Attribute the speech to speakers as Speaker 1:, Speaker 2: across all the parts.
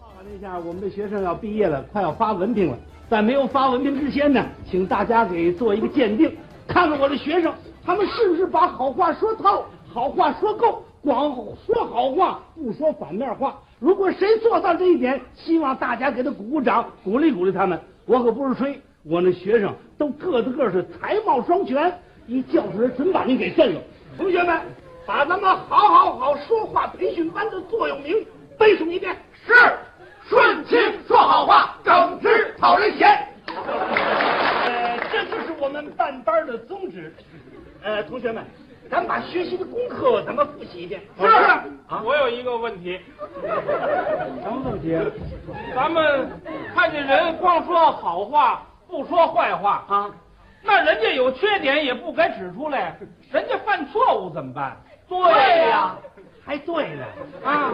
Speaker 1: 完了一下，我们的学生要毕业了，快要发文凭了。在没有发文凭之前呢，请大家给做一个鉴定，看看我的学生他们是不是把好话说透，好话说够，光说好话不说反面话。如果谁做到这一点，希望大家给他鼓鼓掌，鼓励鼓励他们。我可不是吹，我那学生都个子个是才貌双全，一教出来准把您给震了。同学们，把咱们好好好说话培训班的座右铭背诵一遍。是，顺亲说好话，耿直讨人嫌。呃，这就是我们办班的宗旨。呃，同学们，咱把学习的功课咱们复习一遍。是啊，
Speaker 2: 我有一个问题，
Speaker 1: 什么问题
Speaker 2: 咱们看见人光说好话，不说坏话，
Speaker 1: 啊？
Speaker 2: 那人家有缺点也不该指出来，人家犯错误怎么办？
Speaker 1: 对呀、还对呢。
Speaker 2: 啊，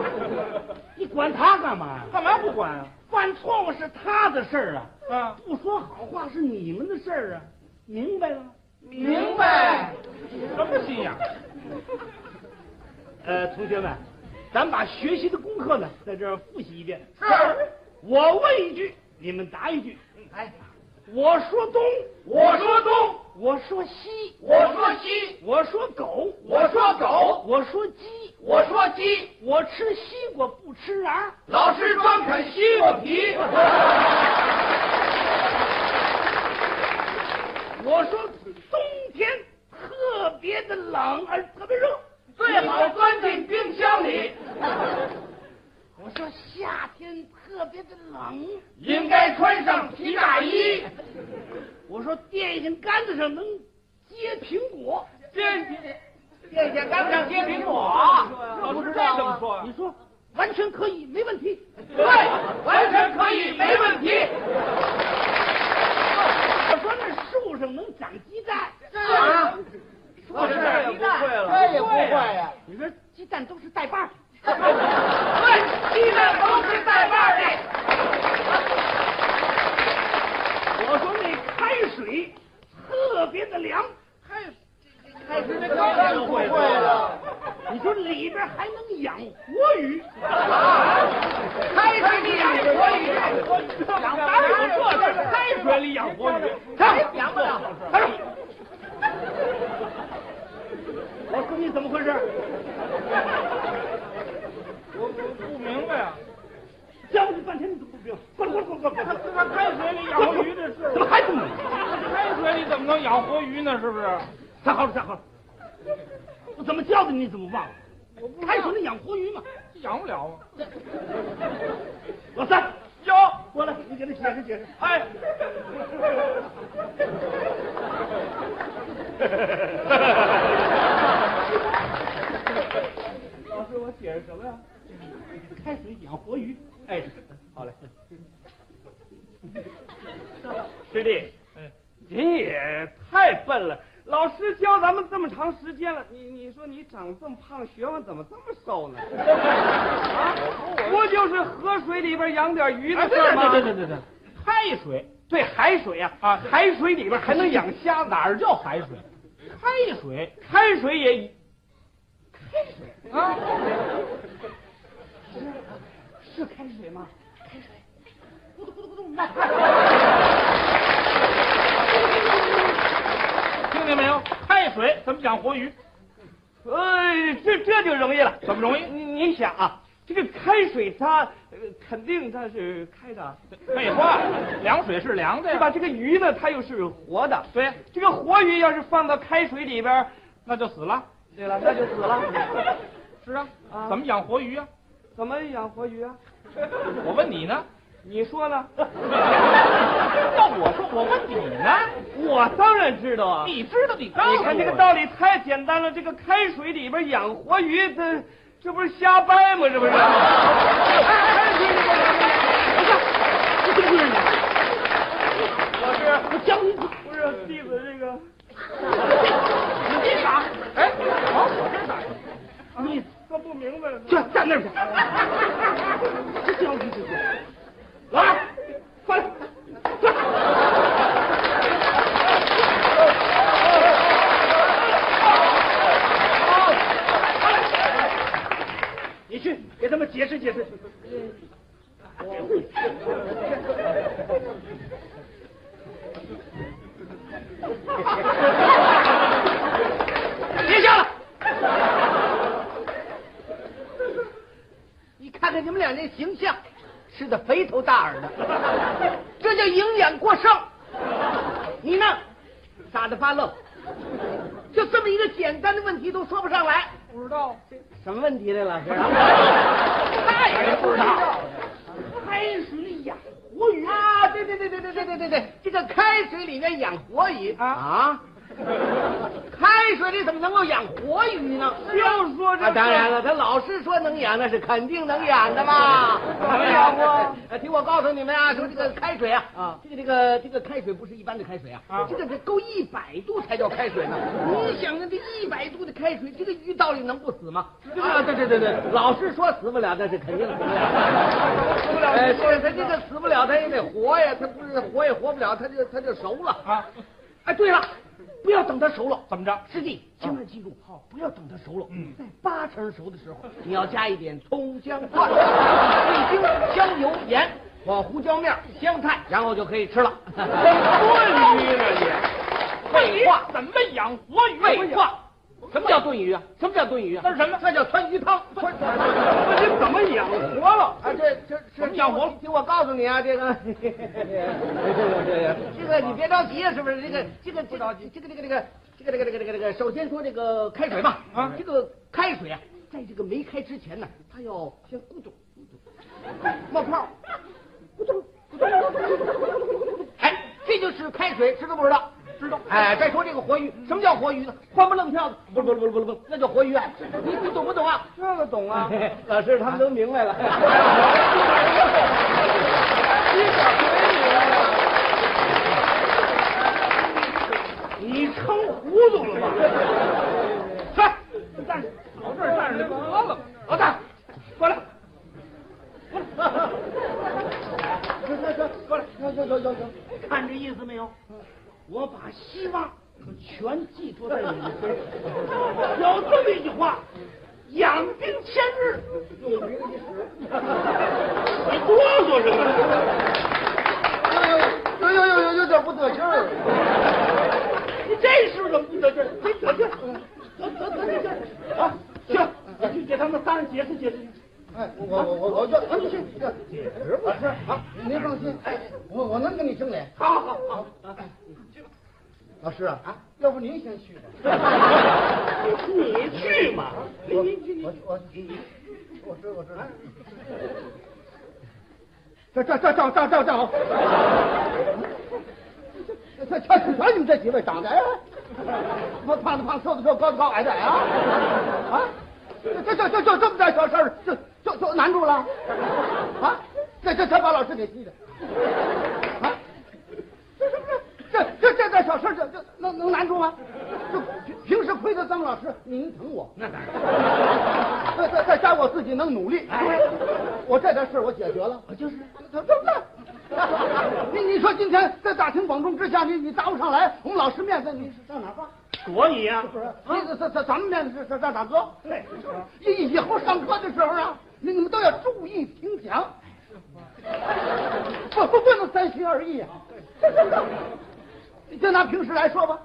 Speaker 1: 你管他干嘛呀？
Speaker 2: 干嘛不管啊？
Speaker 1: 犯错误是他的事儿啊，
Speaker 2: 啊，
Speaker 1: 不说好话是你们的事儿啊，明白了吗？
Speaker 2: 明白？什么信 仰？
Speaker 1: 呃，同学们，咱把学习的功课呢，在这儿复习一遍。
Speaker 2: 是
Speaker 1: 我问一句，你们答一句。
Speaker 2: 哎，
Speaker 1: 我说东，
Speaker 2: 我说东，
Speaker 1: 我说西，
Speaker 2: 我说西，
Speaker 1: 我说狗，
Speaker 2: 我说狗，
Speaker 1: 我说鸡，
Speaker 2: 我说鸡，
Speaker 1: 我吃西瓜不吃瓤。
Speaker 2: 老是专啃西瓜皮。
Speaker 1: 我说冬天特别的冷，而特别热。
Speaker 2: 最好钻进冰箱里，
Speaker 1: 我说夏天特别的冷。
Speaker 2: 应该穿上皮大衣。
Speaker 1: 我说电线杆子上能结苹果。
Speaker 2: 电电线杆上接苹果，老师这怎么说
Speaker 1: 你说完全可以，没问题。
Speaker 2: 啊对，完全可以，没问题。
Speaker 1: 我说那树上能长鸡蛋。
Speaker 2: 啊，
Speaker 1: 我说
Speaker 2: 这也不会啊了，
Speaker 3: 这也不会呀、
Speaker 1: 你说鸡蛋都是带把儿。
Speaker 2: 对，哎鸡蛋都是带把的。
Speaker 1: 我说那开水特别的凉。开开水那
Speaker 3: 当然不会了。
Speaker 1: 你说里边还能养活鱼。
Speaker 2: 开水里养活鱼，养哪有这事？开水里养活鱼，
Speaker 1: 上，凉不凉？他说。我说你怎么回事？
Speaker 2: 我我不明白啊，
Speaker 1: 教你半天你怎么不明白？滚滚滚滚滚！
Speaker 2: 这个开水里养活鱼的事
Speaker 1: 怎么
Speaker 2: 儿，
Speaker 1: 还不明
Speaker 2: 开水里怎么能养活鱼呢？是不是？
Speaker 1: 站好了，站好了。我怎么教的你怎么忘了？开水里养活鱼嘛。
Speaker 2: 养不了啊。
Speaker 1: 老三，
Speaker 2: 有，
Speaker 1: 过来，你给他解释解释。
Speaker 2: 哎，老师，我解释什么呀？
Speaker 1: 开水养活鱼。哎，好嘞。
Speaker 2: 师弟，您也太笨了。老师教咱们这么长时间了，你你说你长这么胖，学问怎么这么瘦 呢？啊，不就是河水里边养点鱼的事儿吗？
Speaker 1: 哎啊对对对对对。
Speaker 2: 海水，对海水呀、啊，海水里边还能养虾，哪儿叫海水？开水，开水也，开水啊，
Speaker 1: 是开水吗？
Speaker 2: 听见没有？开水怎么养活鱼？
Speaker 4: 呃，这这就容易了。
Speaker 2: 怎么容易
Speaker 4: 你你想啊，这个开水它、呃、肯定它是开的，
Speaker 2: 废话，凉水是凉的
Speaker 4: 对吧？
Speaker 2: 呀，
Speaker 4: 这个鱼呢，它又是活的。
Speaker 2: 对，
Speaker 4: 这个活鱼要是放到开水里边儿，
Speaker 2: 那就死了。
Speaker 4: 对了，那就死了。
Speaker 2: 是啊，
Speaker 4: 啊
Speaker 2: 怎么养活鱼啊？
Speaker 4: 怎么养活鱼啊？
Speaker 2: 我问你呢，
Speaker 4: 你说 呢？
Speaker 2: 要我说，我问你呢，
Speaker 4: 我当然知道啊。
Speaker 2: 你知道你告诉我
Speaker 4: 你看这个道理太简单了，这个开水里边养活鱼，这这不是瞎掰吗？这不是？
Speaker 1: 你怎么回事你？
Speaker 4: 老师，
Speaker 1: 我教你怎么
Speaker 4: 不是弟子这个。
Speaker 1: 你别打，
Speaker 2: 哎，往我这打，
Speaker 1: 你
Speaker 4: 说不明白了，
Speaker 1: 去站那儿去。教你这个，来，过来，过来。你去给他们解释解释。形象，吃的肥头大耳的，这叫营养过剩。 你呢，傻的发愣，就这么一个简单的问题都说不上来，
Speaker 5: 不知道
Speaker 1: 什么问题呢， 老师？
Speaker 5: 那也不知道。开水里养活鱼
Speaker 1: 啊，对对对对对对对对对，这个开水里面养活鱼
Speaker 5: 啊
Speaker 1: 啊，开水里怎么能够养活鱼呢？
Speaker 5: 就说这
Speaker 1: 啊，当然了，他老是说能养，那是肯定能养的 嘛。
Speaker 5: 能养吗
Speaker 1: 呃？听我告诉你们啊，说这个开水啊，啊，这个这个这个开水不是一般的开水啊，嗯这个得够一百度才叫开水呢。你想想，这一百度的开水，这个鱼到底能不死吗？啊，对对对对，老是说死不了，那是肯定死不 了。
Speaker 5: 受不
Speaker 1: 哎，
Speaker 5: 了。
Speaker 1: 是他这个死不了，他也得活呀，他不是活也活不了，他就他就熟了啊。哎，对了，不要等他熟了，
Speaker 2: 怎么着？啊嗯
Speaker 1: 师弟，千万记住，好，不要等它熟了，在八成熟的时候，你要加一点葱姜 蒜、味精、香油、盐或胡椒面、香菜，然后就可以吃 了。
Speaker 2: 哎炖鱼呢也？
Speaker 1: 废话
Speaker 2: 怎么养活鱼？
Speaker 1: 废话，什么叫炖鱼啊？什么叫炖鱼啊？
Speaker 2: 那是什么
Speaker 1: 那叫川鱼汤。川
Speaker 2: 那你怎么养活了？
Speaker 1: 啊，这这这
Speaker 2: 么养活了
Speaker 1: 听我告诉你啊，这个，这个这个，你别着急啊，是不是？这个这个不着急，这个这个这个这个这个这个这个这个，首先说这个开水吧，啊，这个开水啊，在这个没开之前呢，它要先咕咚咕咚冒泡，咕咚咕咚咕咚咕咚咕咚咕咚咕咚， 哎，这就是开水，知道不知道？知道。哎，再说这个活鱼，什么叫活鱼呢？欢蹦乱跳的，不不不不不，那叫活鱼啊！你你懂不懂啊？
Speaker 5: 这个懂啊，
Speaker 1: 老师，他们都明白 了。啊
Speaker 5: 你成糊涂 了吧？
Speaker 1: 哎
Speaker 2: 是，站着，跑这儿站着得了。老大，过来，
Speaker 1: 过来，有有有有有，
Speaker 5: 看这意思没有？我把希望可全寄托在你的身上。有这么一句话：养兵千日，用兵一时。 你哆嗦什么？
Speaker 1: 有有有有有点不得劲
Speaker 3: 啊
Speaker 1: 儿。
Speaker 5: 你这时候怎么不得劲儿？你得劲儿，啊得得得得劲儿啊！行，你去给他们仨人解释啊解释。
Speaker 6: 哎，我我我我这，哎，你这这解释吧，是啊，您放心，哎，我我能跟你争理。
Speaker 5: 好好好，啊
Speaker 6: 老师啊，啊，要不您先去吧。
Speaker 5: 你去嘛。
Speaker 6: 我我我我知我知道。 这这这站站站站好！这这全全你们这几位长得哎，我胖的胖，瘦的瘦，高的高，矮的矮啊啊！这这这这就这么点小事儿，就就就难住了啊！这这才把老师给气的啊！这是不是？这这这点小事儿，这这能能难住吗？这平平时亏得咱们老师您疼我，那当然。再再再加我自己能努力，我这点事儿我解决了，我就是，对不对？你你说今天在大庭广众之下，你你答不上来，我们老师面子你是上哪儿放？
Speaker 5: 躲你呀、
Speaker 6: 不是，这这这咱们面子是是上哪儿搁？对，以以后上课的时候啊，你你们都要注意听讲，不不不能三心二意啊。就拿平时来说吧，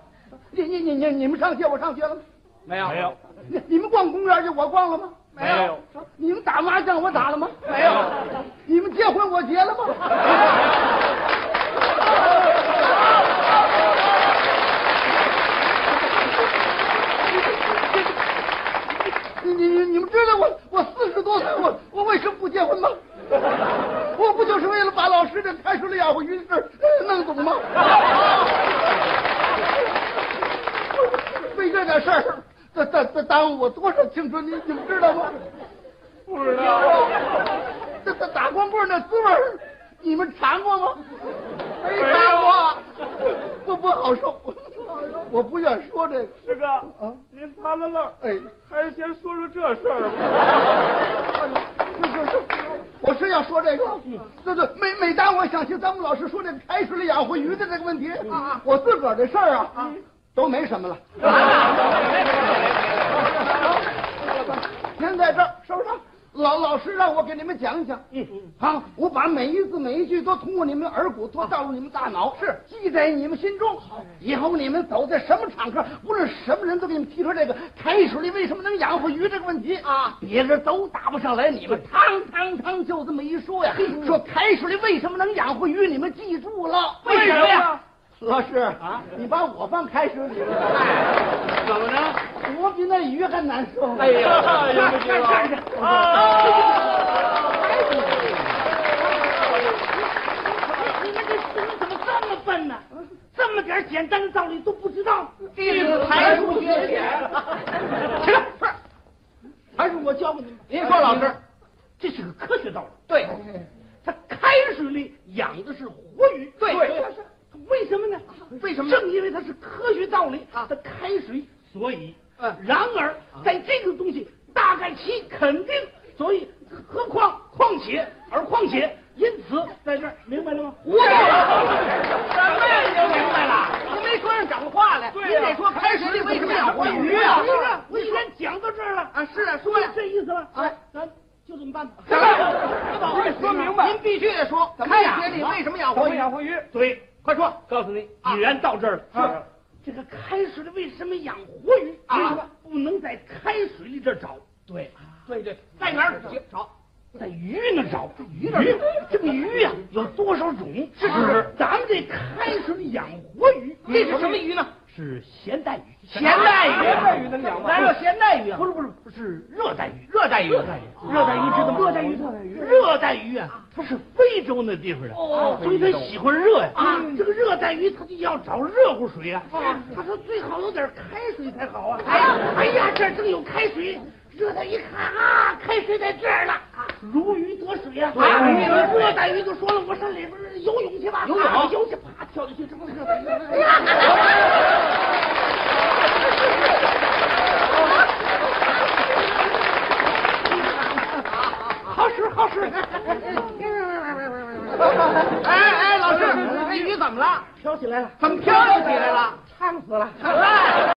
Speaker 6: 你你你你你们上学，我上学了吗？
Speaker 2: 没有没有，
Speaker 6: 你你们逛公园去，我逛了吗？
Speaker 2: 没有。
Speaker 6: 你们打麻将，我打了吗？没有。你们结婚，我结了吗？你你你你们知道我我四十多岁，我我为什么不结婚吗？我不就是为了把老师这开除了养活鱼的事儿呃弄懂吗？为这点事儿，耽耽耽耽误我多少青春，你你们知道吗？
Speaker 2: 不知道。
Speaker 6: 这这打光棍那滋味儿，你们尝过吗？没尝
Speaker 3: 哎
Speaker 6: 过，不不好受。我不愿说这个。
Speaker 2: 师哥，您擦了愣，
Speaker 6: 哎，
Speaker 2: 还是先说说这事儿吧。
Speaker 6: 是是是，我是要说这个。
Speaker 3: 嗯
Speaker 6: 对对，每每当我想起咱们老师说这个开水里养活鱼的这个问题，
Speaker 3: 嗯
Speaker 6: 啊我自个儿的事儿啊，都没什么 了。您在这儿是不是？老老师让我给你们讲一讲，嗯，啊，我把每一字每一句都通过你们耳骨，都到入你们大脑，是记在你们心中。以后你们走在什么场合，无论什么人都给你们提出这个开水里为什么能养活鱼这个问题啊，别人都答不上来，你
Speaker 2: 嗯
Speaker 6: 们汤汤汤就这么一说呀，说开水里为什么能养活鱼，你们记住了，
Speaker 2: 为什么呀？
Speaker 6: 老师啊，你把我放开水里了，
Speaker 2: 怎么着？
Speaker 6: 我比那鱼还难受。
Speaker 2: 哎 呀，杨不知道啊！
Speaker 1: 你们这你们怎么这么笨呢？
Speaker 6: 嗯
Speaker 1: 这么点简单的道理都不知道？
Speaker 3: 弟子才疏学浅。
Speaker 6: 起来，是，还是我教给你们。
Speaker 3: 您说，老师，
Speaker 1: 这是个科学道理。
Speaker 3: 对，
Speaker 1: 它开水里养的是活鱼，
Speaker 3: 对对
Speaker 1: 为什么呢？
Speaker 3: 为什么呢
Speaker 1: 正因为它是科学道理，它开水，所以，
Speaker 3: 嗯
Speaker 1: 然而在这个东西大概其肯定，所以，何况况且而况且，因此在这儿明白了吗？
Speaker 3: 糊涂了，什么呀？你就明白了？都没说上整话来，
Speaker 1: 啊
Speaker 3: 你得说开水里为什么养活鱼啊？
Speaker 1: 不是，我既然讲到这儿了，
Speaker 3: 啊，是啊，说呀。
Speaker 1: 这意思了，
Speaker 3: 哎
Speaker 1: 哎，咱就这么办吧。
Speaker 3: 怎 么？您说明白，您必须得说开水里
Speaker 6: 啊
Speaker 3: 为什么养活鱼？
Speaker 2: 养活鱼？
Speaker 1: 对，
Speaker 3: 快说，
Speaker 1: 告诉你，已然到这儿了。这个开水里为什么养活鱼
Speaker 3: 啊
Speaker 1: 啊？不能在开水里这儿找，对，
Speaker 3: 对对，
Speaker 1: 在哪儿找？
Speaker 3: 找
Speaker 1: 在鱼那儿找。鱼这个鱼呀、有多少种？是是是，咱们这开水里养活鱼，
Speaker 3: 这是什么鱼呢？
Speaker 1: 是咸带鱼，
Speaker 3: 咸带鱼，
Speaker 2: 咸带鱼能养吗
Speaker 3: 咱说咸带鱼啊
Speaker 1: 不，是不是不是热带鱼，
Speaker 3: 热带啊鱼，
Speaker 1: 热带鱼，热带鱼知道吗？热带鱼，热带鱼，热带鱼啊，它是非洲那地方的，啊
Speaker 3: 哦
Speaker 1: 所以它喜欢热呀。嗯
Speaker 3: 啊
Speaker 1: 这个热带鱼它就要找热乎水啊。它说最好有点开水才好啊。哎呀，哎呀，这儿正有开水，热带鱼看啊，开水在这儿呢，如鱼得水呀。
Speaker 3: 啊
Speaker 1: 啊
Speaker 3: 对如鱼得水
Speaker 1: 热带鱼就说了，我上里边游泳去吧，
Speaker 3: 游泳哎
Speaker 1: 啊游去，啪跳进去，这不是热带鱼吗。好使好使，
Speaker 3: 哎哎，老师，这鱼怎么了？
Speaker 1: 飘起来了，
Speaker 3: 怎么飘起来了？
Speaker 1: 烫死了。
Speaker 3: 哎